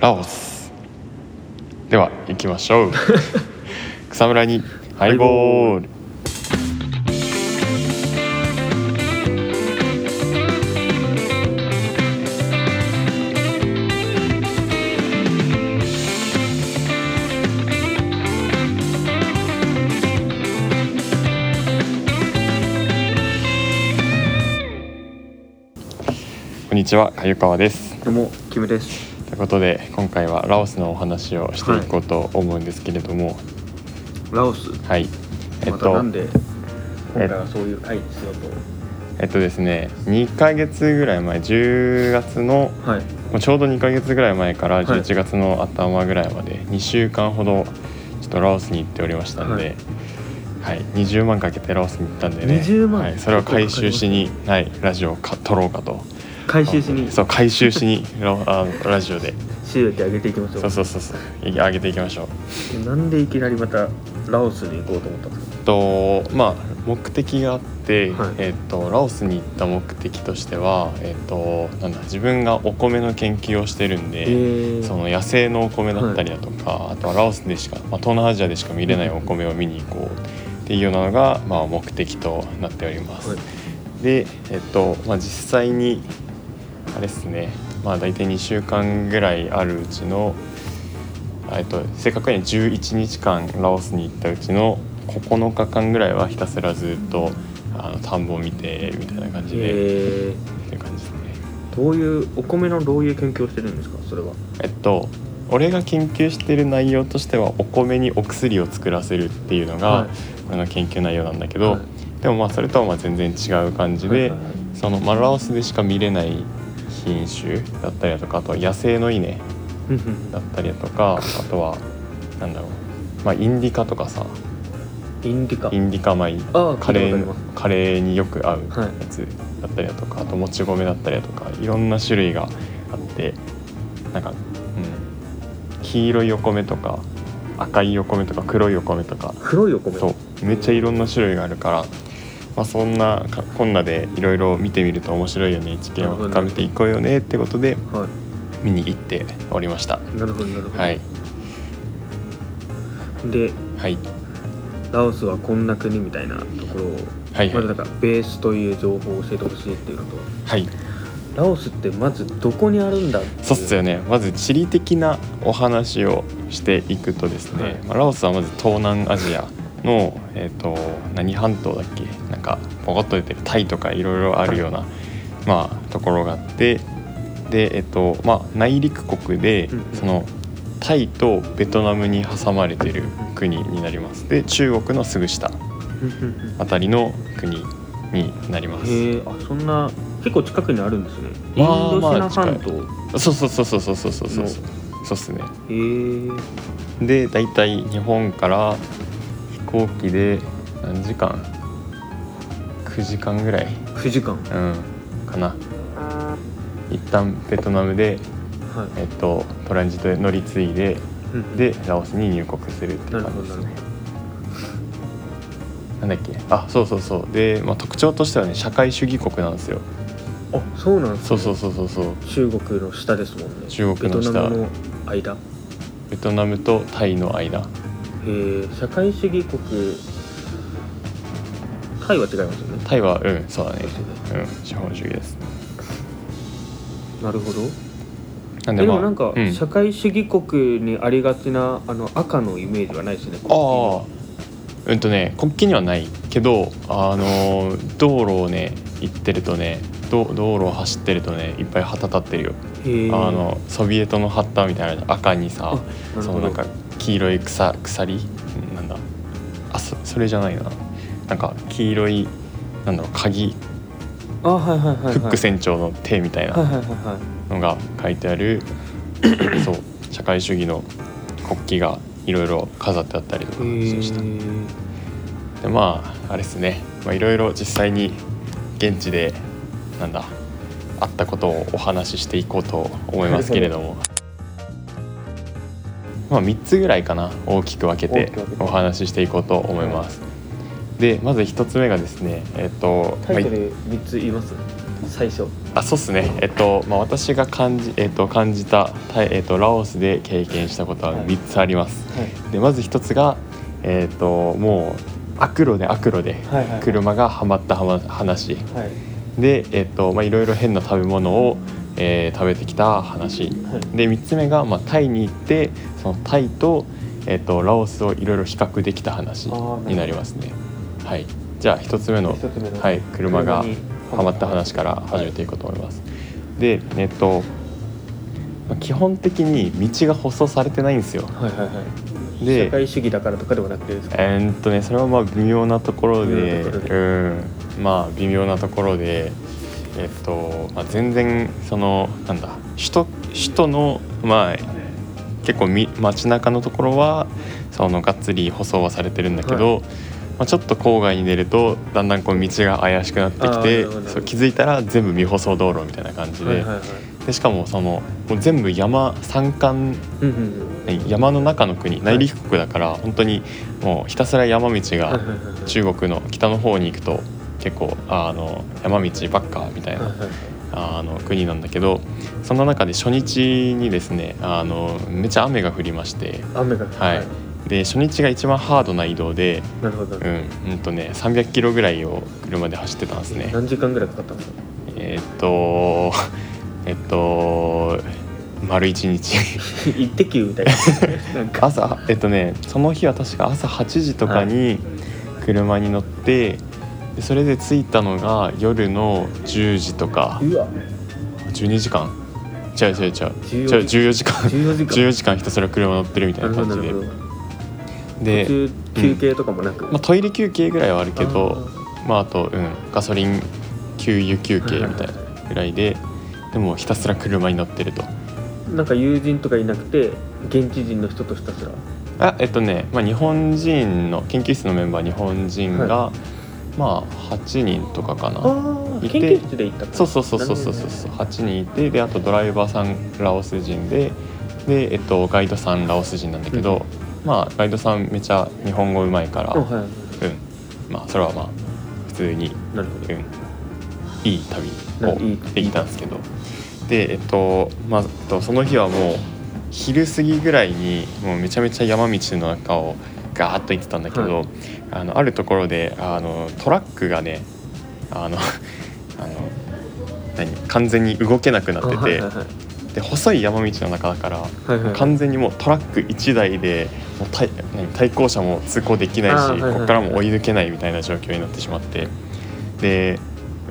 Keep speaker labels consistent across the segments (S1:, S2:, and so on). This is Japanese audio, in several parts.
S1: ラオスでは行きまし ょう草むらにハイボールこんにちはかゆかわです
S2: どうもキムです
S1: ということで今回はラオスのお話をしていこうと思うんですけれども
S2: ラオス
S1: はい、えっ
S2: また
S1: と
S2: なんで今回はそういう会にしようと
S1: えっとですね2ヶ月ぐらい前10月の
S2: はい
S1: もうちょうど2ヶ月ぐらい前から
S2: い
S1: 11月の頭ぐらいまで2週間ほどちょっとラオスに行っておりましたんで、はい20万かけてラオスに行ったんでね
S2: 20万
S1: はい、それを回収しに、はい、ラジオをか撮ろうかと
S2: 回収しに
S1: そう回収しにラあのラジオで
S2: 収益上げていきましょう
S1: そうそうそうそう上げていきましょう
S2: なんでいきなりまたラオスに行こうと思ったんですか
S1: とまあ目的があって、
S2: はい
S1: えっとラオスに行った目的としては、えっとなんだ自分がお米の研究をしてるんで、
S2: ー
S1: その野生のお米だったりだとか、あとはラオスでしか、まあ、東南アジアでしか見れないお米を見に行こうっていうようなのが、まあ、目的となっております。
S2: はい
S1: で、えっとまあ、実際にあれですね、まあ、大体2週間ぐらいあるうちの、あえっと、正確には11日間ラオスに行ったうちの9日間ぐらいはひたすらずっとあの田んぼを見てみたいな感じで、
S2: え
S1: っていう感じですね。
S2: ー、どういうお米のどういう研究をしてるんですかそれは
S1: えっと俺が研究してる内容としてはお米にお薬を作らせるっていうの
S2: は
S1: が
S2: い
S1: 俺の研究内容なんだけど、
S2: はい
S1: でもまあそれとはまあ全然違う感じで、
S2: はいはいはい
S1: そのまあラオスでしか見れない品種だったりだとかあとは野生の稲
S2: うんうん
S1: だったりだとかあとはなんだろう、まあ、インディカとかさ
S2: インディカ
S1: インディカ米
S2: ああ
S1: カレ
S2: 聞い
S1: ー
S2: たことあり
S1: カレーによく合う
S2: はい
S1: やつだったりだとか、あともち米だったりだとかいろんな種類があってなんか、うん、黄色いお米とか赤いお米とか黒いお米とか
S2: 黒いお米
S1: そうめっちゃいろんな種類があるから、まあ、そんなかこんなでいろいろ見てみると面白いよね知見を深めていこうよねってことで
S2: は
S1: 見に行っておりました。
S2: いなるほどなるほど、
S1: はい、
S2: で
S1: はい
S2: ラオスはこんな国みたいなところを
S1: はい
S2: ま
S1: は
S2: ず
S1: い
S2: なんかベースという情報を教えてほしいっていうのと
S1: はい
S2: ラオスってまずどこにあるんだっていう
S1: そうっすよねまず地理的なお話をしていくとですね、
S2: はい
S1: まあラオスはまず東南アジアの、えー、と何半島だっけなんかポコッと出てるタイとかいろいろあるような、まあ、ところがあってで、えっとまあ、内陸国で、
S2: うんうん
S1: そのタイとベトナムに挟まれてる国になりますで中国のすぐ下あたりの国になります。
S2: へえあそんな結構近くにあるんですねイン
S1: まあ
S2: ドシ
S1: まあ
S2: ナ
S1: 近い
S2: 半島、
S1: そうそうそうそうそうそうそうそう
S2: の
S1: そうっすね
S2: へえ
S1: で大体日本から飛行機で何時間9時間ぐらい、
S2: 9時間
S1: うん、かな一旦ベトナムで、
S2: は
S1: えっと、トランジットで乗り継いで
S2: いうん
S1: でラオスに入国するって
S2: な
S1: いう感
S2: るほ
S1: じです
S2: どな
S1: ね
S2: る
S1: なんだっけあそうそうそうで、まあ、特徴としてはね社会主義国なんですよ
S2: ほどあそうなんです
S1: そ
S2: ね
S1: うそうそうそうそう
S2: 中国の下ですもんね
S1: 中国の下
S2: ベトナムの間へ
S1: ベトナムとタイの間
S2: え社会主義国タイは違いますよね
S1: タイはうんそうだね
S2: そうですよね
S1: うん資本主義です
S2: なるほど
S1: なん
S2: で
S1: まあ
S2: もなんか、
S1: うん
S2: 社会主義国にありがちなあの赤のイメージはないですね
S1: ああうんとね国旗にはないけどあのー道路をね行ってるとねど道路を走ってるとねいっぱい旗立ってるよ、
S2: へえ
S1: あのソビエトの旗みたいな赤に
S2: あ
S1: さ
S2: なる
S1: そ
S2: ほ
S1: のな
S2: ど
S1: んか黄色い草鎖んなんだあそそれじゃないななんか黄色いなんだろう鍵
S2: あはいはいはい、はい、
S1: フック船長の手みたい
S2: はい
S1: な
S2: はいはいはい
S1: のが書いてあ る、そう社会主義の国旗がいろいろ飾ってあったりとか
S2: へ
S1: しました。
S2: ー
S1: でまああれですねまあいろいろ実際に現地でなんだあったことをお話ししていこうと思いますけれどもまあ3つぐらいかな大きく分け
S2: 大
S1: て
S2: きく分けて
S1: お話ししていこうと思います。でまず1つ目がですねえっと、
S2: タイト
S1: まあ
S2: ル3つ言います最初
S1: あそうっすねえっと、まあ、私が感じ,、えっと、感じた、タイえっと、ラオスで経験したことは3つあります
S2: は
S1: でまず1つがえっともう悪路で悪路で
S2: はいはいはい
S1: 車がはまったはま話
S2: い
S1: でえっとまあいろいろ変な食べ物を、えー食べてきた話
S2: はい
S1: で3つ目が、まあ、タイに行ってそのタイと,、えっとラオスをいろいろ比較できた話になりますねはいじゃあ1つ目の
S2: 一つ目の
S1: はい、車が
S2: に
S1: はまった話から始めていこうと思います。で、えっと、まあ基本的に道が舗装されてないんですよ。
S2: はいはいはい
S1: で
S2: 社会主義だからとかではなくてですか
S1: えーっとね、それはまあ微妙なところ
S2: 微
S1: で、
S2: 妙なとこ
S1: う
S2: ろ
S1: ん、まあ微妙なところで、えっと、まあ、全然そのなんだ、首都首都のまあ結構み街中のところはそのがっつり舗装はされてるんだけど、まあ、ちょっと郊外に出るとだんだんこう道が怪しくなって
S2: あー
S1: き
S2: な
S1: て
S2: るほどなるほど
S1: そう気づいたら全部未舗装道路みたいな感じで,、
S2: はいはいはい
S1: でしかもそのもう全部山山間
S2: うんうんうん
S1: 何山の中の国内陸国だから、本当にもうひたすら山道
S2: はい
S1: が
S2: はいはいはい
S1: 中国の北の方に行くと結構ああの山道ばっかみたいな
S2: はいはいはい
S1: あの国なんだけどそんな中で初日にですねあのめちゃ雨が降りまして、
S2: 雨が
S1: はいで初日が一番ハードな移動で、
S2: なるほど、
S1: うんうんとね、300キロぐらいを車で走ってたんですね。
S2: 何時間ぐらいかかったんですか
S1: えーっとえっと丸一日
S2: 一滴 みたいななんか
S1: 朝えっとねその日は確か朝8時とかに車に乗って、でそれで着いたのが夜の10時とか
S2: うわ
S1: 12時間違う違う違う違う
S2: 14
S1: 14時間
S2: 14時間
S1: 14時間ひたすら車乗ってるみた
S2: ないる
S1: な
S2: ほど
S1: 感
S2: な
S1: じ
S2: る
S1: で
S2: ほど
S1: で
S2: 途中休憩とかもなく、
S1: まあ、トイレ休憩ぐらいはあるけどまああと、うん、ガソリン給油休憩みたいなぐらいででもひたすら車に乗ってると
S2: なんか友人とかいなくて現地人の人とひたすら
S1: あえっとね、まあ、日本人の研究室のメンバー日本人が、まあ8人とかかな
S2: あ
S1: いて
S2: 研究室で行った
S1: そうそうそうそうそう
S2: なるほ
S1: そ
S2: ど
S1: う
S2: ね
S1: 8人いてであとドライバーさんラオス人でで、えっと、ガイドさんラオス人なんだけど、まあガイドさんめちゃ日本語うまいから、
S2: うんはい
S1: うんまあそれはまあ普通に
S2: なるほ
S1: う
S2: ど
S1: ん、いい旅
S2: な
S1: を
S2: いい
S1: できたんですけどでえっとまあえっとその日はもう昼過ぎぐらいにもうめちゃめちゃ山道の中をガーッと行ってたんだけど、
S2: はい
S1: あのあるところであのトラックがねあのあの何完全に動けなくなって
S2: あはい
S1: て
S2: はいはい
S1: で細い山道の中だから
S2: はいはいはい
S1: 完全にもうトラック1台でもう対何対向車も通行できないし、
S2: あーはいはいはい
S1: ここからも追い抜けないみたいな状況になってしまってで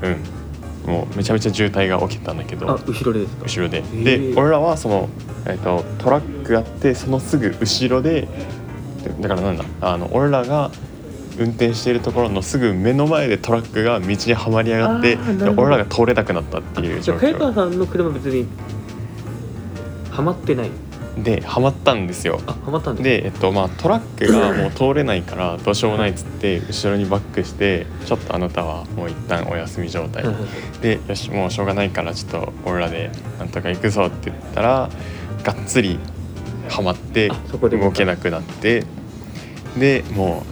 S1: うんもうめちゃめちゃ渋滞が起きてたんだけ
S2: あ
S1: ど
S2: 後ろでですか
S1: 後ろで、
S2: へ
S1: で
S2: ー
S1: 俺らはその、えっとトラックがあってそのすぐ後ろででだからなんだあの俺らが運転しているところのすぐ目の前でトラックが道にはまり上がって
S2: あー
S1: で
S2: なるほど
S1: 俺らが通れなくなったっていう
S2: じ
S1: 状
S2: ゃあ早川
S1: 況
S2: さんの車別にはまってない
S1: ではまったんですよ。
S2: あはまったんです
S1: で、えっとまあ、トラックがもう通れないからどうしようもないっつって後ろにバックしてちょっとあなたはもう一旦お休み状態
S2: はいはいはい
S1: でよしもうしょうがないからちょっと俺らでなんとか行くぞって言ったらがっつりはまって
S2: あそこで
S1: 動けなくなってでも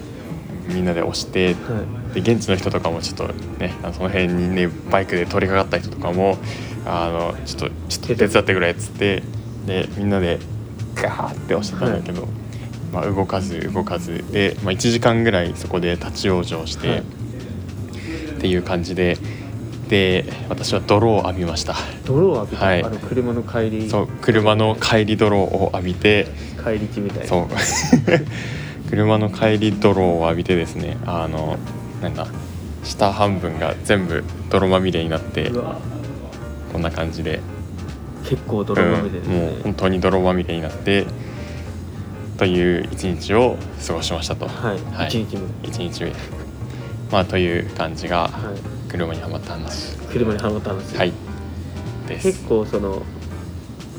S1: うみんなで押して
S2: は
S1: で現地の人とかもちょっとねあのその辺にねバイクで通りかかった人とかもあのちょっとちょっと手伝ってくれっつってでみんなでガーって押してたんだけど、まあ、動かず動かずで、まあ、1時間ぐらいそこで立ち往生して、
S2: はい
S1: っていう感じでで私は泥を浴びました。
S2: い泥を浴びた、
S1: はい
S2: あの車の帰り
S1: そう車の帰り泥を浴びて
S2: 帰り地みたいな
S1: そう 車の帰り泥を浴びてですねあのなんだ下半分が全部泥まみれになって
S2: うわ
S1: こんな感じで
S2: 結構泥まみれです
S1: うん
S2: ね、
S1: もう本当に泥まみれになってという一日を過ごしましたと
S2: はい、
S1: はい
S2: 1日目
S1: 一日目まあという感じが
S2: はい
S1: 車にはまった話
S2: 車にはまったんですよ
S1: はいです
S2: 結構その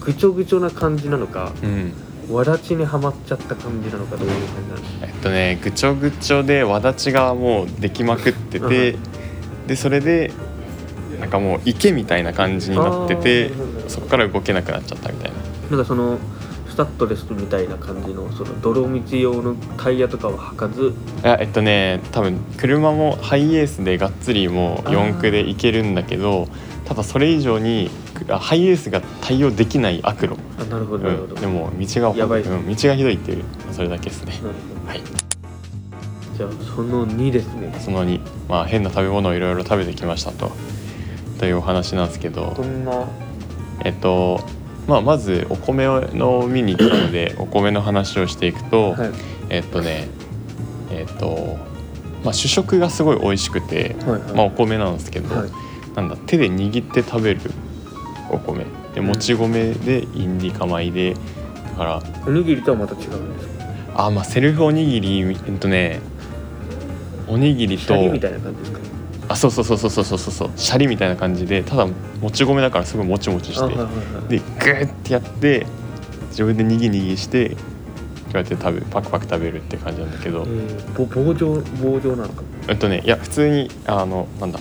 S2: ぐちょぐちょな感じなのか
S1: うん
S2: わらちにはまっちゃった感じなのかどういう感じなの
S1: え
S2: か
S1: っとねぐちょぐちょでわだちがもうできまくってて、
S2: う
S1: でそれでなんかもう池みたいな感じになってて
S2: あーなるほど
S1: そこから動けなくなっちゃったみたいな
S2: なんかそのスタッドレスみたいな感じのその泥道用のタイヤとかは履かず
S1: あえっとね多分車もハイエースでがっつりもう
S2: あー
S1: 四駆で行けるんだけどただそれ以上にあハイエースが対応できない悪路、
S2: あなるほ
S1: う
S2: どなるほ
S1: ん、
S2: ど、
S1: でも道が
S2: やばい
S1: うん、道がひどいっていうそれだけですね
S2: なるほ
S1: はい
S2: どじゃあその2ですね
S1: その2、まあ、変な食べ物をいろいろ食べてきましたとというお話なんですけど
S2: どんなは
S1: えっとまあ、まずお米の見に行ったの でお米の話をしていくと、
S2: い
S1: えっとねえっと、まあ、主食がすごい美味しくて、
S2: はいはい
S1: まあ、お米なんですけど、
S2: はい
S1: なんだ手で握って食べるお米で
S2: うん
S1: もち米でインディカ米でだから
S2: おにぎりとはまた違うんですか
S1: あまあセルフおにぎりえっとねおにぎり
S2: シャリ
S1: と
S2: みたいな感じですか
S1: あそうそうそうそうそうそうそうシャリみたいな感じでただもち米だからすごいもちもち
S2: あ
S1: し
S2: はい
S1: て
S2: はいはい
S1: でグーってやって自分でにぎにぎしてこうやって食べパクパク食べるって感じなんだけど、
S2: えーぼ棒状棒状なのか
S1: えっとねいや普通にあのなんだ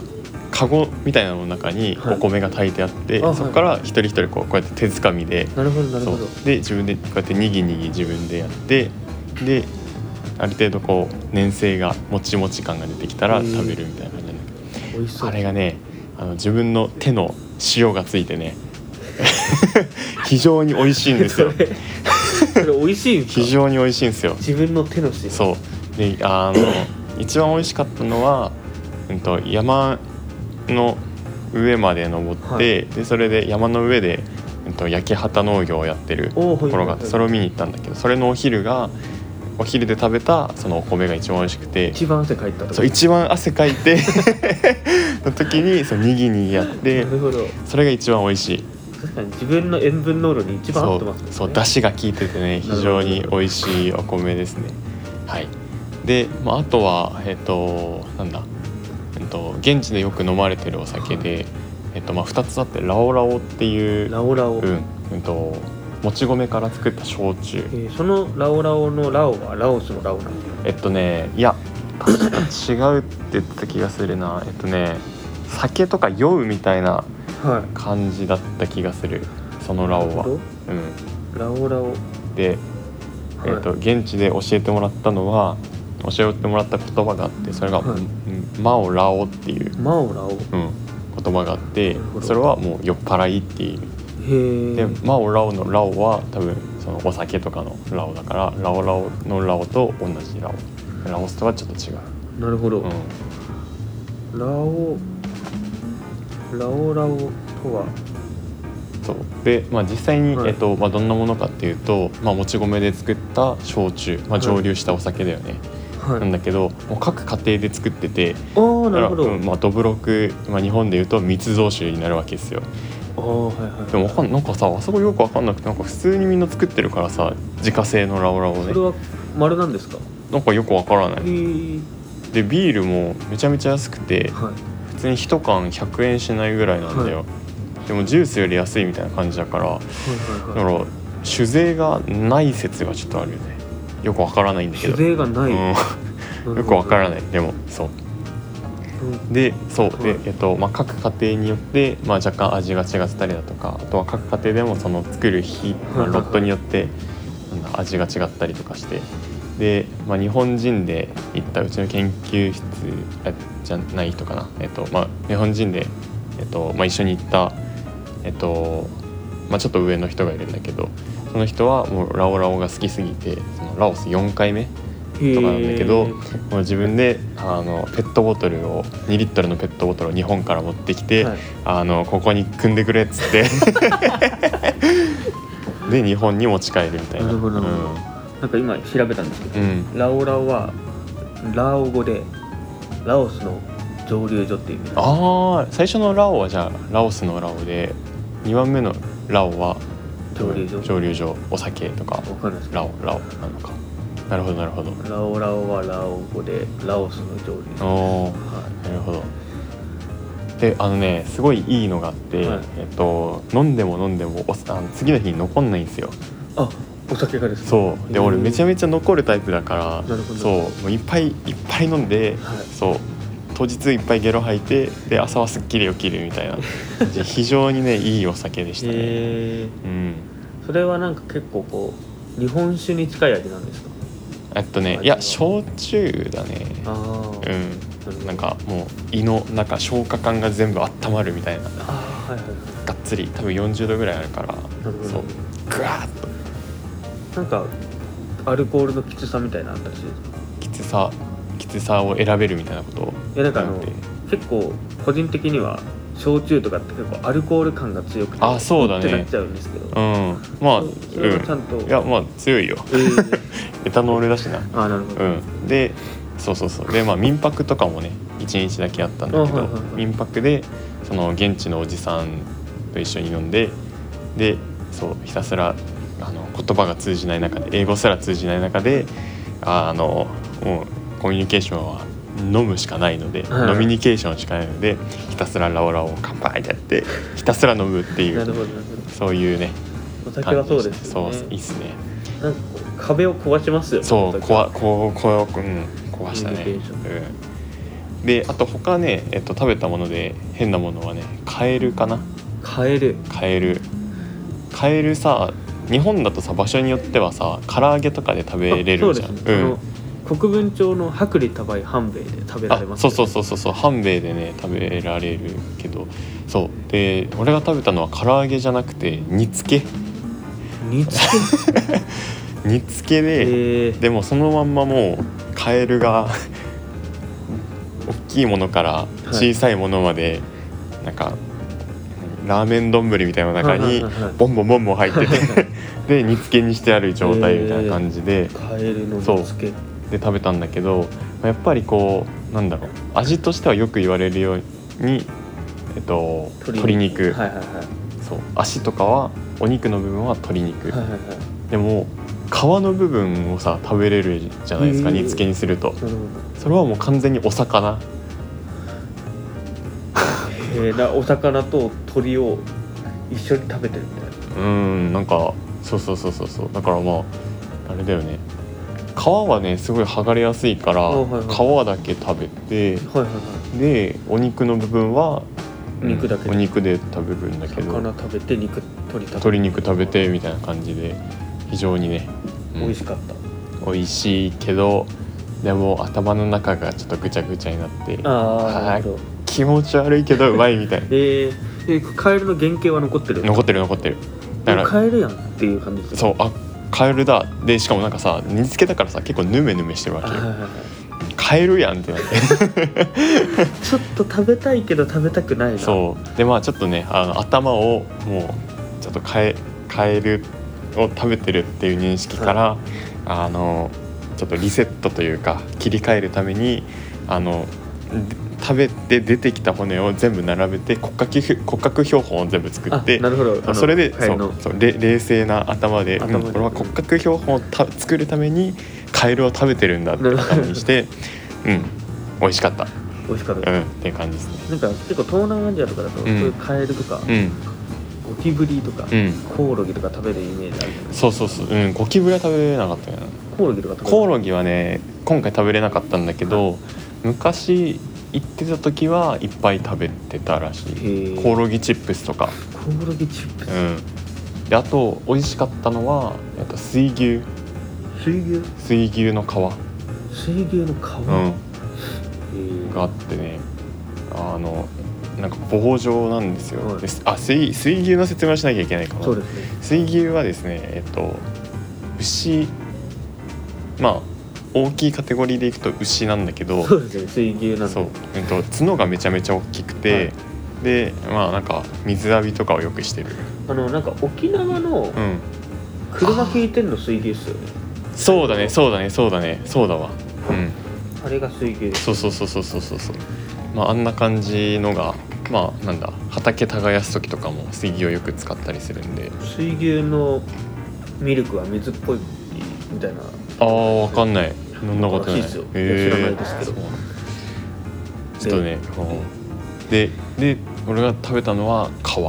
S1: カゴみたいなのの中に
S2: はい
S1: お米が炊いてあって、
S2: あはい
S1: そこから一人一人こうこうやって手づかみで、
S2: なるほどなる
S1: そ
S2: ほ
S1: う
S2: ど
S1: で自分でこうやってにぎにぎ自分でやってである程度こう粘性がもちもち感が出てきたら食べるみたいな感じなんだけど
S2: 美味しそう
S1: あれがねあの自分の手の塩がついてね 非常に美味しいんですよ
S2: それそれ美味しいんですか
S1: 非常に美味しいんですよ
S2: 自分の手のし
S1: そうであの一番美味しかったのは、うん、と山の上まで登って、
S2: はい
S1: でそれで山の上で、うん、と焼き畑農業をやってると
S2: おーはい
S1: ころがあっ
S2: は
S1: て
S2: いはい
S1: それを見に行ったんだけどそれのお昼がお昼で食べたそのお米が一番美味しくて
S2: 一番汗かいたと
S1: そう一番汗かい ての時にそうにぎにぎやって
S2: なるほど
S1: それが一番美味しい
S2: 確かに自分の塩分濃度に一番合
S1: そ
S2: ってますもん
S1: う
S2: ね
S1: そう出汁が効いててね非常に美味しいお米ですねはいで、まあ、あとはえっ、となんだえっ、と現地でよく飲まれてるお酒で、えっ、とまあ2つあってラオラオっていう
S2: ラオラオ、
S1: うん、うんともち米から作った焼酎
S2: えーそのラオラオのラオはラオスのラオなの
S1: えっとねいや確か違うって言ってた気がするなえっとね酒とか酔うみたいな
S2: は
S1: 感じだった気がするそのラオは、うん、
S2: いラオラオ
S1: で、えーと現地で教えてもらったのは教えてもらった言葉があってそれが「
S2: はい
S1: うんマオラオ」っていう、
S2: マオラオへ
S1: うん言葉があって
S2: なるほど
S1: それはもう酔っ払いっていう意味で
S2: え
S1: 「マオラオ」の「ラオ」は多分そのお酒とかの「ラオ」だから「ラオラオ」の「ラオ」と同じ「ラオ」ラオスとはちょっと違う、
S2: なるほど、
S1: うん、
S2: ラオラオラオとは
S1: そうで、まあ、実際に、
S2: はい
S1: えっとまあ、どんなものかっていうと、まあ、もち米で作った焼酎、まあ、
S2: はい
S1: 蒸留したお酒だよね、
S2: はい
S1: なんだけどもう各家庭で作ってて
S2: ああなるほど、
S1: うんまあ、どぶろく、まあ、日本でいうと密造酒になるわけですよ
S2: ああはいはい
S1: でもわかんなんかさあそこよくわかんなくてなんか普通にみんな作ってるからさ自家製のラオラオ
S2: それ
S1: ね
S2: は丸なんですか
S1: なんかよくわからな
S2: へ
S1: い
S2: ー
S1: でビールもめちゃめちゃ安くて
S2: はい
S1: 普通に1缶100円しないぐらいなんだよ、でもジュースより安いみたいな感じだから
S2: は
S1: だ
S2: いは
S1: か
S2: いは
S1: ら
S2: い
S1: 酒税がない説がちょっとあるよねよくわからないんだけ
S2: 酒
S1: ど
S2: 税がない、なる
S1: う
S2: ほ
S1: ん、
S2: ど
S1: よくわからないでもそう
S2: うん
S1: でそう
S2: はい
S1: で、えっとまあ、各家庭によって、まあ、若干味が違ったりだとかあとは各家庭でもその作る日、まあ、
S2: はいはいはい
S1: ロットによってなんだ味が違ったりとかしてで、まあ、日本人で行ったうちの研究室あじゃない人かな、えっとまあ、日本人で、えっとまあ、一緒に行った、えっとまあ、ちょっと上の人がいるんだけどその人はもうラオラオが好きすぎてそのラオス4回目とかなんだけど
S2: へー
S1: もう自分であのペットボトルを2リットルのペットボトルを日本から持ってきて、
S2: はい
S1: あのここに組んでくれっつって で日本に持ち帰るみたいな。
S2: なるほど
S1: うん
S2: なんか今調べたんですけど、
S1: うん
S2: ラオラオはラオ語でラオスの蒸留所っていう意味なんで
S1: ああ最初のラオはじゃあラオスのラオで2番目のラオは
S2: す蒸留所
S1: 蒸留所お酒とか
S2: わかんないですけ
S1: ラオラオなのかなるほどなるほど
S2: どラオラオはラオ語でラオスの蒸留所
S1: おー
S2: は
S1: なるほどであのねすごいいいのがあって、
S2: はい
S1: えっと、飲んでも飲んでもおあの次の日に残んないんですよ
S2: いあお酒がですね
S1: そうで俺めちゃ
S2: め
S1: めちゃ残るタイプだか
S2: な
S1: ら
S2: るほど
S1: そうもういっぱいいっぱい飲んで、
S2: はい
S1: そう当日いっぱいゲロ吐いてで朝はすっきり起きるみたいな で非常にねいいお酒でしたね、
S2: へえ
S1: うん
S2: それはなんか結構こう日本酒に近い味なんですか
S1: えっとねいや焼酎だね
S2: ああ
S1: うんなんかもう胃の中消化管が全部温まるみたいな
S2: あはいはい
S1: がっつり多分40度ぐらいあるから
S2: なるほど
S1: そうグワーッと
S2: なんかアルコールのきつさみたいなのあったりする
S1: きつさきつさを選べるみたいなこと
S2: いやなんかあの
S1: なんて
S2: 結構個人的には焼酎とかって結構アルコール感が強くて
S1: あそうだね
S2: ってなっちゃうんですけど、
S1: うんまあう
S2: それがちゃん
S1: ん
S2: と、
S1: いやまあ強いよ
S2: えー
S1: エタノールだしな
S2: あなるほど、
S1: うんでそうそうそうでまあ民泊とかもね1日だけやったんだけ
S2: あ
S1: ど
S2: はいはいはい
S1: 民泊でその現地のおじさんと一緒に飲んででそうひたすらあの言葉が通じない中で英語すら通じない中でああのもうコミュニケーションは飲むしかないので、
S2: はい
S1: 飲みニケーションしかないのでひたすらラオラオを乾杯ってやってひたすら飲むってい
S2: なる
S1: う
S2: ほどなるほ
S1: そういうね
S2: どお酒はそうです
S1: そ
S2: よ
S1: う
S2: ね
S1: いいっすね
S2: なんかこう壁を壊しますよね
S1: そう
S2: お酒
S1: こ
S2: は
S1: わこうこう、うん、壊したね
S2: コミュニケーショ
S1: うん、であと他ね、えっと、食べたもので変なものはねカエルかな
S2: カエル
S1: カエルカエルさ日本だとさ場所によってはさ唐揚げとかで食べれるじゃん
S2: あそうですね、
S1: ん
S2: あの国分町の薄利多売半兵衛で食べられま
S1: あ
S2: す
S1: そう
S2: よね、
S1: そうそうそうそう半兵衛でね食べられるけどそうで俺が食べたのは唐揚げじゃなくて煮つけ
S2: 煮つ
S1: 煮つけ で、
S2: けえー
S1: でもそのまんまもうカエルが 大きいものから小さいものまで、なんかラーメン丼みたいな中に
S2: はいはいはい
S1: ボンボンボンボン入ってて で煮つけにしてある状態みたいな感じで,、
S2: カエルの煮つけ
S1: で食べたんだけどやっぱりこうなんだろう味としてはよく言われるように、えっと、鶏肉
S2: はいはいはいは
S1: そう足とかはお肉の部分は鶏肉、
S2: いはいはい
S1: でも皮の部分をさ食べれるじゃないですか
S2: へー
S1: 煮つけにすると。
S2: なるほ
S1: それはもう完全にお魚
S2: どへえなお魚と鳥を一緒に食べてるみたい
S1: う
S2: な
S1: んなんかそうそうそうそうそうだからまああれだよね皮はねすごい剥がれやすいから、
S2: あはい
S1: 皮だけ食べて
S2: はいはいはい
S1: でお肉の部分は
S2: 肉だけ
S1: うんお肉で食べるんだけど
S2: 魚食べて肉鶏食べて
S1: 鶏肉食べてみたいな感じで非常にね、うん
S2: 美味しかった、
S1: 美味しいけどでも頭の中がちょっとぐちゃぐちゃになって
S2: ああなるほど
S1: 気持ち悪いけどうまいみたい
S2: えー、えカエルの原型は残ってる
S1: 残ってる残ってるだから
S2: カエルやんっていう感じです
S1: そううあカエルだでしかもなんかさ煮つけだからさ結構ヌメヌメしてるわけよカエルやんってなって
S2: ちょっと食べたいけど食べたくないなう
S1: そうでまあちょっとねあの頭をもうちょっとカエカエルを食べてるっていう認識から、あのちょっとリセットというか切り替えるためにあので食べて出てきた骨を全部並べて骨格標骨格標本を全部作
S2: あ
S1: って
S2: なるほどあの
S1: それで
S2: カエ
S1: そ
S2: ルの
S1: うそうれ冷静な頭で
S2: 頭で
S1: うん、俺は骨格標本をた作るためにカエルを食べてるんだって頭にしてうん美味しかった、
S2: 美味しかった、
S1: うん、っていう感じですね
S2: なんか結構東南アジアとかだと、
S1: ん
S2: そういうカエルとか、
S1: うん
S2: ゴキブリとか、
S1: うん
S2: コオロギとか食べるイメージあるじゃない
S1: そうそうそう、うん、ゴキブリは食べれなかったよな
S2: コオロギとか食べる
S1: コオロギはね今回食べれなかったんだけど昔行ってた時はいっぱい食べてたらし
S2: へ
S1: い
S2: ー
S1: コオロギチップスとか
S2: コオロギチップス、
S1: うんであと美味しかったのはえっと水牛
S2: 水牛
S1: 水牛の皮
S2: 水牛の皮、
S1: うん
S2: えー
S1: があってねあのなんか棒状なんですよ、
S2: はい
S1: ですあ水水牛の説明をしなきゃいけないかな
S2: そうですね
S1: 水牛はですねえっと牛まあ大きいカテゴリーでいくと牛なんだけ ど
S2: そうですね水牛なんで
S1: そう、えっと、角がめちゃめちゃ大きくて、
S2: は
S1: でまあなんか水浴びとかをよくしてる、
S2: あのなんか沖縄の
S1: うん、
S2: 車引いてんの水牛っすよね
S1: そうだねそうだねそうだねそうだわうん
S2: あれが水牛です
S1: そうそうそうそうそうそうそうまああんな感じのがまあなんだ畑耕す時とかも水牛をよく使ったりするんで
S2: 水牛のミルクは水っぽいみたいな
S1: あーわかんない飲んだことない
S2: らしいですよ
S1: へー
S2: 知らないですけど
S1: そうちょっとねこうでで俺が食べたのは皮
S2: 皮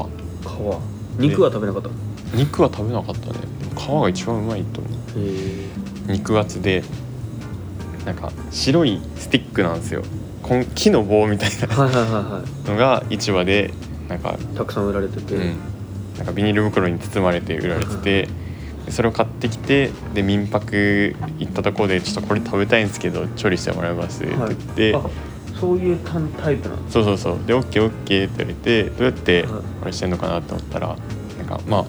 S2: 肉は食べなかった
S1: 肉は食べなかったね皮が一番うまいと思う
S2: へえ
S1: 肉厚でなんか白いスティックなんですよこん木の棒みたい
S2: はいはいはいは
S1: なのが市場でなんか
S2: いたくさん売られてて、
S1: うん、なんかビニール袋に包まれて売られててでそれを買ってきてで民泊行ったところで「ちょっとこれ食べたいんですけど調理してもらえます」って言って、
S2: あそういうタンタイプなの
S1: そうそうそうで OKOK って言われてどうやって
S2: はい
S1: あれしてんのかなって思ったらなんかまあ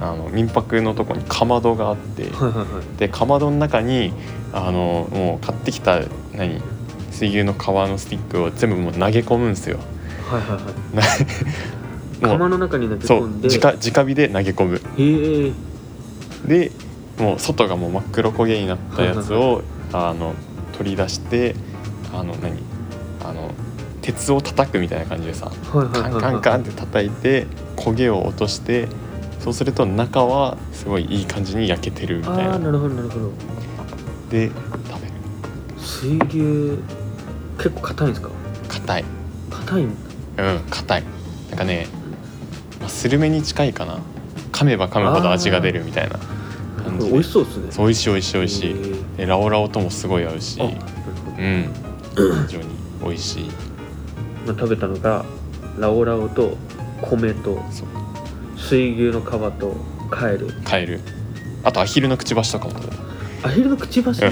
S1: あの民泊のとこにかまどがあって
S2: はいはいはい
S1: でかまどの中にあのもう買ってきた何水牛の皮のスティックを全部もう投げ込むんですよ。
S2: はいはいはい
S1: な も
S2: 釜
S1: う
S2: の中に投げ
S1: そ
S2: 込
S1: うん
S2: で
S1: 直直火で投げ込む
S2: へえ
S1: でもう外がもう真っ黒焦げになったやつをあの取り出してあの何あの鉄を叩くみたいな感じでさ
S2: はいはい
S1: カ
S2: はい
S1: ン
S2: はい
S1: カンカンって叩いて焦げを落としてそうすると中はすごいいい感じに焼けてるみたい
S2: ああ
S1: な
S2: なるほどなるほど
S1: で食べる
S2: 水牛結構硬いんですか
S1: 硬い
S2: 硬いんだ
S1: うん硬いなんかね、まあスルメに近いかな噛めば噛むほど味が出るみたいな感じで
S2: 美味しそうですね
S1: そう美味しい美味しい美味し
S2: へ
S1: い
S2: ー
S1: でラオラオともすごい合うし
S2: あ
S1: う
S2: なるほど
S1: ん非常に美味しい
S2: まあ食べたのがラオラオと米と
S1: そう
S2: 水牛の皮とカエル
S1: カエルあとアヒルのくちばしとかも食べ
S2: アヒルのくちばし
S1: うん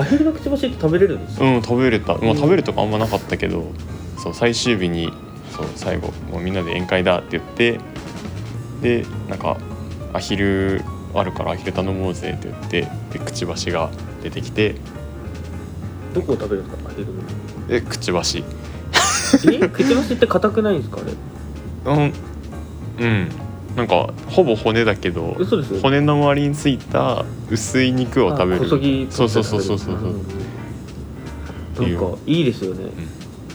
S2: アヒルのくちばしって食べれるんです
S1: た
S2: か
S1: うん食べれた、ま
S2: う
S1: あ、
S2: ん
S1: 食べるとかあんまなかったけどそう最終日にそう最後もうみんなで宴会だって言ってでなんかアヒルあるからアヒル頼もうぜって言ってでくちばしが出てきて
S2: どこを食べるんですかアヒルの
S1: でくちばし
S2: えくちばしって硬くないんですかあれ
S1: うんうんなんかほぼ骨だけど
S2: 嘘ですよ
S1: 骨の周りについた薄い肉を食べ
S2: あ細
S1: る
S2: 切り
S1: そうそうそうそうそう
S2: なるほど
S1: ってい
S2: な
S1: うん
S2: かいいですよね、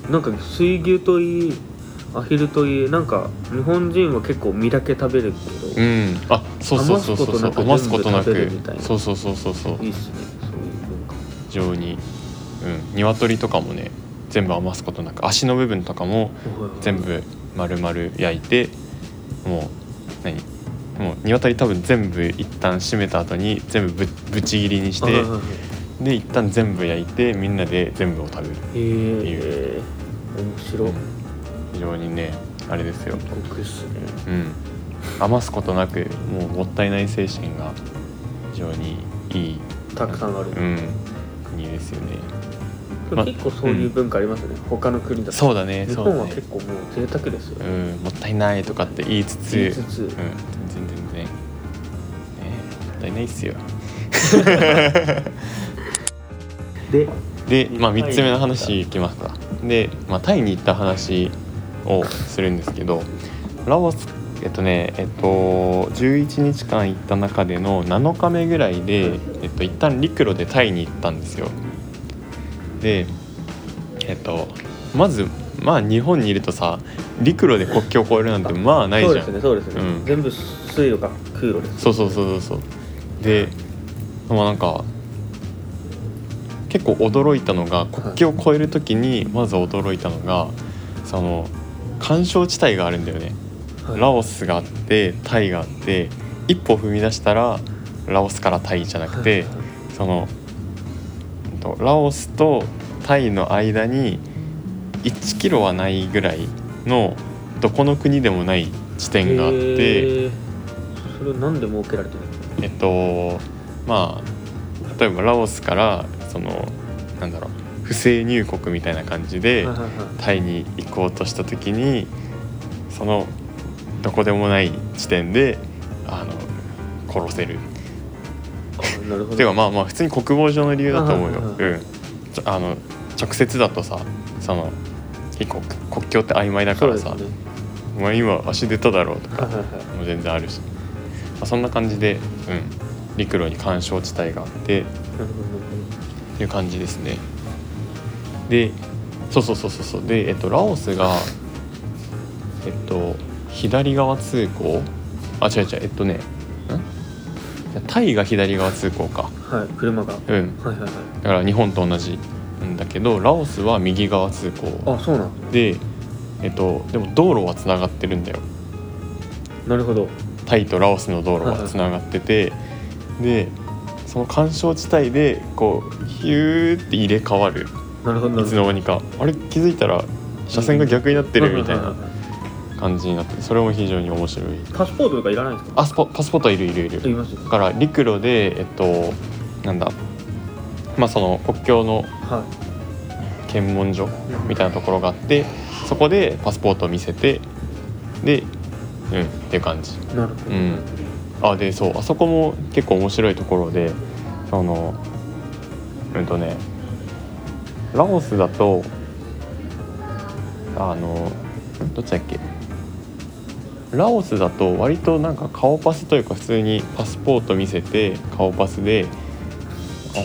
S2: なんか水牛といいアヒルといいなんか日本人は結構身だけ食べるけど、
S1: うんあそうそうそうそうそう
S2: 余すことなく
S1: 余
S2: 全部食べるみたいな
S1: そうそうそうそうそう
S2: いいっすねそういう文化
S1: 非常にうん鶏とかもね全部余すことなく足の部分とかも全部丸々焼いてもう何もう鶏多分全部一旦締めた後に全部ぶぶち切りにして
S2: あはいはいはい
S1: で一旦全部焼いてみんなで全部を食べる
S2: へえ面白い
S1: 非常にねあれですよ
S2: 異国っすね
S1: うん余すことなくもうもったいない精神が非常にいい
S2: たくさんある、
S1: うん国ですよね
S2: でも結構そういう文化ありますね、他の国だと
S1: そうだね
S2: 日
S1: そうだ
S2: 本は
S1: ね
S2: 結構もう贅沢ですよ
S1: う
S2: ね
S1: んもったいないとかって言いつつ
S2: 言いつつ
S1: うん、全然全然ねもったいないっすよ
S2: で
S1: で、まあ、
S2: タイに
S1: 3つ目の話いきますかで、まあ、タイに行った話をするんですけどラオスえっとねえっと11日間行った中での7日目ぐらいで、えっと一旦陸路でタイに行ったんですよでえっとまずまあ日本にいるとさ陸路で国境を越えるなんてまあない
S2: そう
S1: じゃ
S2: で
S1: ん
S2: すねそうですね、
S1: うん
S2: 全部水路か空路です
S1: そうそうそうそうそうでまあなんか結構驚いたのが国境を越える時にまず驚いたのがその干渉地帯があるんだよね、
S2: はい
S1: ラオスがあってタイがあって一歩踏み出したらラオスからタイじゃなくて、
S2: はい
S1: そのうんとラオスとタイの間に1キロはないぐらいのどこの国でもない地点があって。
S2: へーそれなんで設けられてるんですか
S1: えっとまあ例えばラオスからそのなんだろう不正入国みたいな感じで
S2: はいはいはい
S1: タイに行こうとした時にそのどこでもない地点であの殺せる
S2: あなるほど
S1: ていうかまあまあ普通に国防上の理由だと思うよ。
S2: あはいは
S1: うん、ちょあの直接だとさその結構国境って曖昧だ
S2: そ
S1: か
S2: う
S1: ら
S2: ですね
S1: さ「お前今足出ただろ」と
S2: はい
S1: か
S2: はいはい
S1: もう全然あるし、まあ、そんな感じで、うん、陸路に干渉地帯があって
S2: なるほ
S1: っていう感じですねでそうそうそうそうそうで、えっと、ラオスがえっと左側通行あ違う違うえっとねんタイが左側通行か
S2: どはい車がは
S1: うん
S2: いはいはい
S1: だから日本と同じなんだけどラオスは右側通行
S2: あそうなんですね
S1: でえっとでも道路はつながってるんだよ
S2: なるほど
S1: タイとラオスの道路がつながっててでその緩衝地帯でこうヒューって入れ替わる
S2: なるほどないる
S1: つ
S2: ほど
S1: の間にかあれ気づいたら車線が逆になってるみたい
S2: は
S1: な
S2: はは
S1: 感じになってそれも非常に面白い
S2: パスポートとかいらないんですか
S1: あスポパスポートいるいるいる
S2: いりますよ
S1: だから陸路でえっとなんだまあその国境の
S2: は
S1: け検問所みたいなところがあってそこでパスポートを見せてでうんっていう感じ。
S2: なるほど、
S1: うん、あでそうあそこも結構面白いところでそのうんとねラオスだとあのどっちだっけラオスだと割となんか顔パスというか普通にパスポート見せて顔パスで「あう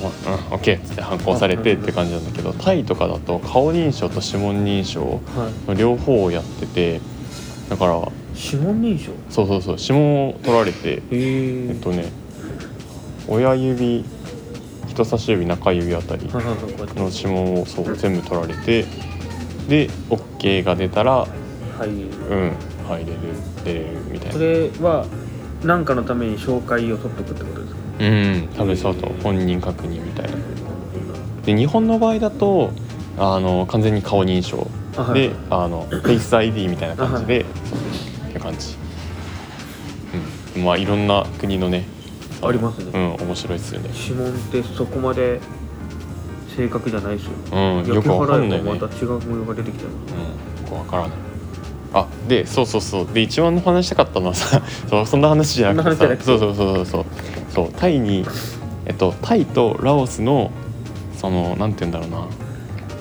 S1: んオッケー」っつって反抗されてって感じなんだけどタイとかだと顔認証と指紋認証
S2: はい
S1: の両方をやっててだから
S2: 指紋認証
S1: そうそうそう指紋を取られて
S2: へえ
S1: えっとね親指人差し指中指あたり
S2: はいはいはいこうやって
S1: の指紋をそう全部取られてで OK が出たら
S2: 入る
S1: うん入れる出れるみたい
S2: そ
S1: な
S2: れは何かのために紹介を取っとくってことですか
S1: うん多分そうだと思う本人確認みたいなで日本の場合だとあの完全に顔認証
S2: あはい
S1: であのフェイス ID みたいな感じでっていう感じうんまあいろんな国のねの
S2: ありますね
S1: うん面白いですよね
S2: 指紋ってそこまで正確じゃないですよ
S1: うんよ
S2: 焼き
S1: くわか
S2: 払
S1: ん
S2: え
S1: ない
S2: ば
S1: ね
S2: また違う模様が出てきちゃいま
S1: う
S2: す
S1: ん、よくわからないあでそうそうそうで一番話したかったのはさ そうそんな話じゃなくて
S2: そん
S1: さ
S2: な話じ
S1: そ
S2: ゃ
S1: うそうそうそうそうそうタイに、えっと、タイとラオスのそのなんて言うんだろうな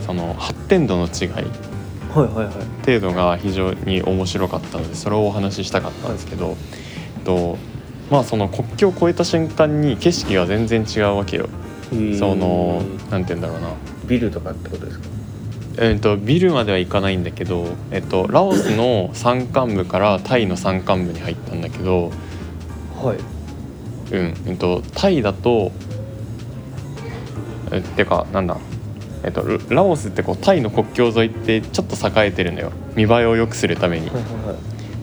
S1: その発展度の違い
S2: はいはいはい
S1: 程度が非常に面白かったのでそれをお話ししたかったんですけど、えっとまあ、その国境を越えた瞬間に景色が全然違うわけよ。
S2: へえ
S1: そのなんて言うんだろうな
S2: ビルとかってことですか
S1: えっとビルまでは行かないんだけど、えっと、ラオスの山間部からタイの山間部に入ったんだけど、
S2: はい
S1: うんえっと、タイだとえってかなんだ、えっと、ララオスってこうタイの国境沿いってちょっと栄えてるのよ見栄えを良くするために
S2: はい。はいはい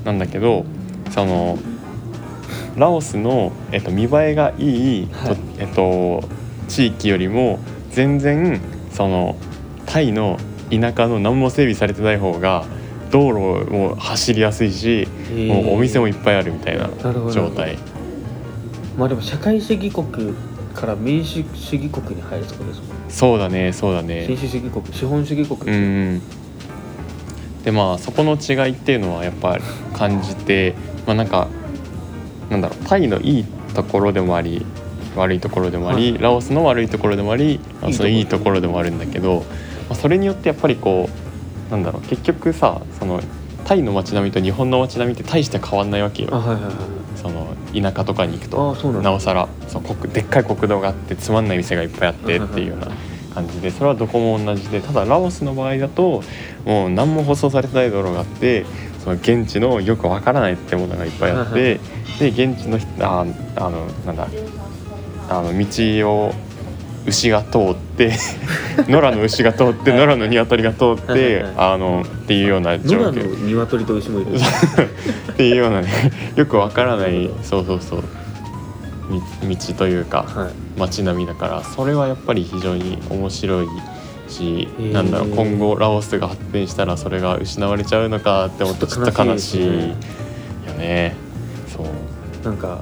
S1: なんだけどそのラオスの、えっと、見栄えがいい、
S2: はい
S1: とえっと、地域よりも全然そのタイの田舎の何も整備されてない方が道路も走りやすいし、
S2: へえ
S1: もうお店もいっぱいあるみたいな
S2: なるほど
S1: 状態
S2: まあでも社会主義国から民主主義国に入るってことですもん
S1: そうだねそうだ
S2: 民
S1: ね
S2: 主主義国資本主義国
S1: うんうんでまあそこの違いっていうのはやっぱ感じてまあなんかなんだろうタイのいいところでもあり悪いところでもあり、
S2: はい
S1: ラオスの悪いところでもありあ
S2: いいところ
S1: そのいいところでもあるんだけど、まあ、それによってやっぱりこうなんだろう結局さそのタイの街並みと日本の街並みって大して変わんないわけ
S2: あ
S1: よ
S2: はいはいはい
S1: その田舎とかに行くと
S2: あそうなんだ
S1: なおさらそう国でっかい国道があってつまんない店がいっぱいあってっていうような感じでそれはどこも同じでただラオスの場合だともう何も舗装されてない道路があってその現地のよくわからない建物がいっぱいあってで現地の人ああのなんだあの道を牛が通って 野良の牛が通って野良の鶏が通っ
S2: はい
S1: て
S2: はい
S1: あのっていうような
S2: 野
S1: 状
S2: 良の
S1: 況。
S2: 鶏と牛も いる
S1: っていうようなね よくわからないそうそうそうみ道というか
S2: はい
S1: 街並みだからそれはやっぱり非常に面白いし、
S2: へー
S1: なんだろう今後ラオスが発展したらそれが失われちゃうのかって思うと
S2: ち
S1: ち
S2: ょ
S1: ょ
S2: っ
S1: っ
S2: と
S1: と
S2: 悲
S1: 悲
S2: し
S1: し
S2: い
S1: い
S2: ですね
S1: よね。そう
S2: なんか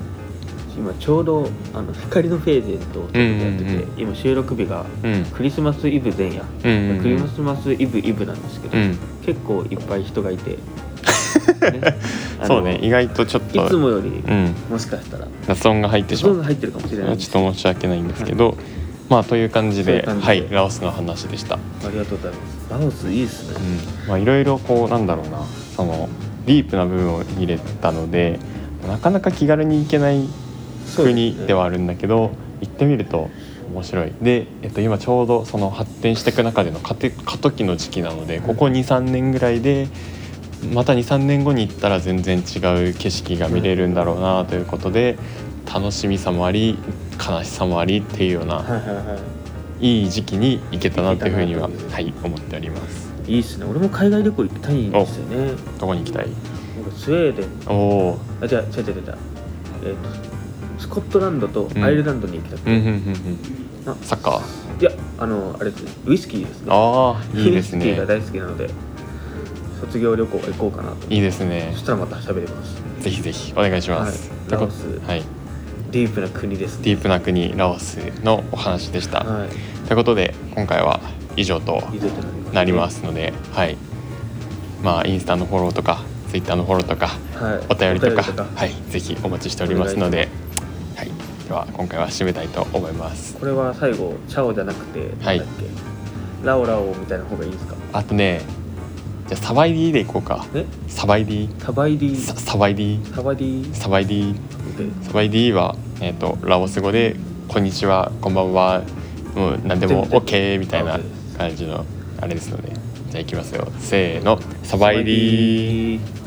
S2: 今ちょうどあの光のフェーゼントをやってて、
S1: うんうんうん
S2: 今収録日が
S1: うん
S2: クリスマスイブ前夜、
S1: うんうん
S2: クリスマスイブイブなんですけど、
S1: うん
S2: 結構いっぱい人 がいて、ねあの
S1: そうね意外とちょっ
S2: い
S1: と
S2: つもより
S1: うん、
S2: もしかしたら
S1: 雑音が入ってし
S2: 人
S1: まう
S2: が入ってるかもしれ
S1: ち
S2: な
S1: ょ
S2: い
S1: っと申し訳ないんですけど、まあという感じ
S2: そうい
S1: で
S2: う感じで
S1: はいラオスの話でした。
S2: ありがとうございますラオスいいっすね、
S1: うんまあいろいろこうなんだろうなそのディープな部分を入れたのでなかなか気軽に行けない
S2: そうすね
S1: 国ではあるんだけど、行ってみると面白いで、えっと、今ちょうどその発展していく中での過渡過渡期の時期なのでここ23年ぐらいでまた23年後に行ったら全然違う景色が見れるんだろうなということで楽しみさもあり悲しさもありっていうような
S2: はいはいはい
S1: いい時期に行けたなというふうには、
S2: 行けたなと
S1: はい、思っております。
S2: いいっすね俺も海外旅行行きたいんですよね
S1: どこに行きたい
S2: 僕スウェーデン
S1: おー
S2: あじゃあ違う違う違う、えーとスコットランドとアイルランドに行きたく
S1: う
S2: て、
S1: んうんうんうん
S2: な
S1: サッカー
S2: いやあのあれですウイスキーですね
S1: ああいいです
S2: ウイスキー
S1: ね
S2: が大好きなので卒業旅行は行こうかなと
S1: いいですね
S2: そしたらまた喋ります
S1: ぜひぜひお願いします、
S2: はい
S1: というこ
S2: ラオス
S1: はい、
S2: ディープな国ですね
S1: ディープな国ラオスのお話でした、
S2: はい
S1: ということで今回は以上と
S2: 以上となります、
S1: なりますので、はいまあ、インスタのフォローとかツイッターのフォローとか
S2: はい、
S1: お便りとか
S2: お
S1: はい、ぜひお待ちしておりますのではい、では今回は締めたいと思います。
S2: これは最後チャオじゃなくて、
S1: はい
S2: なんだっけラオラオみたいな方がいいですか
S1: あとねじゃあサバイディでいこうか
S2: え
S1: サバイディ
S2: タバイディ
S1: ササバイディ
S2: タバディ
S1: サバイディ
S2: で
S1: サバイディは、えー、とラオス語で「こんにちはこんばんは」もう何でも
S2: 全然
S1: OK みたいな
S2: OK です
S1: 感じのあれですのでじゃあいきますよせーのサバイディ
S2: ー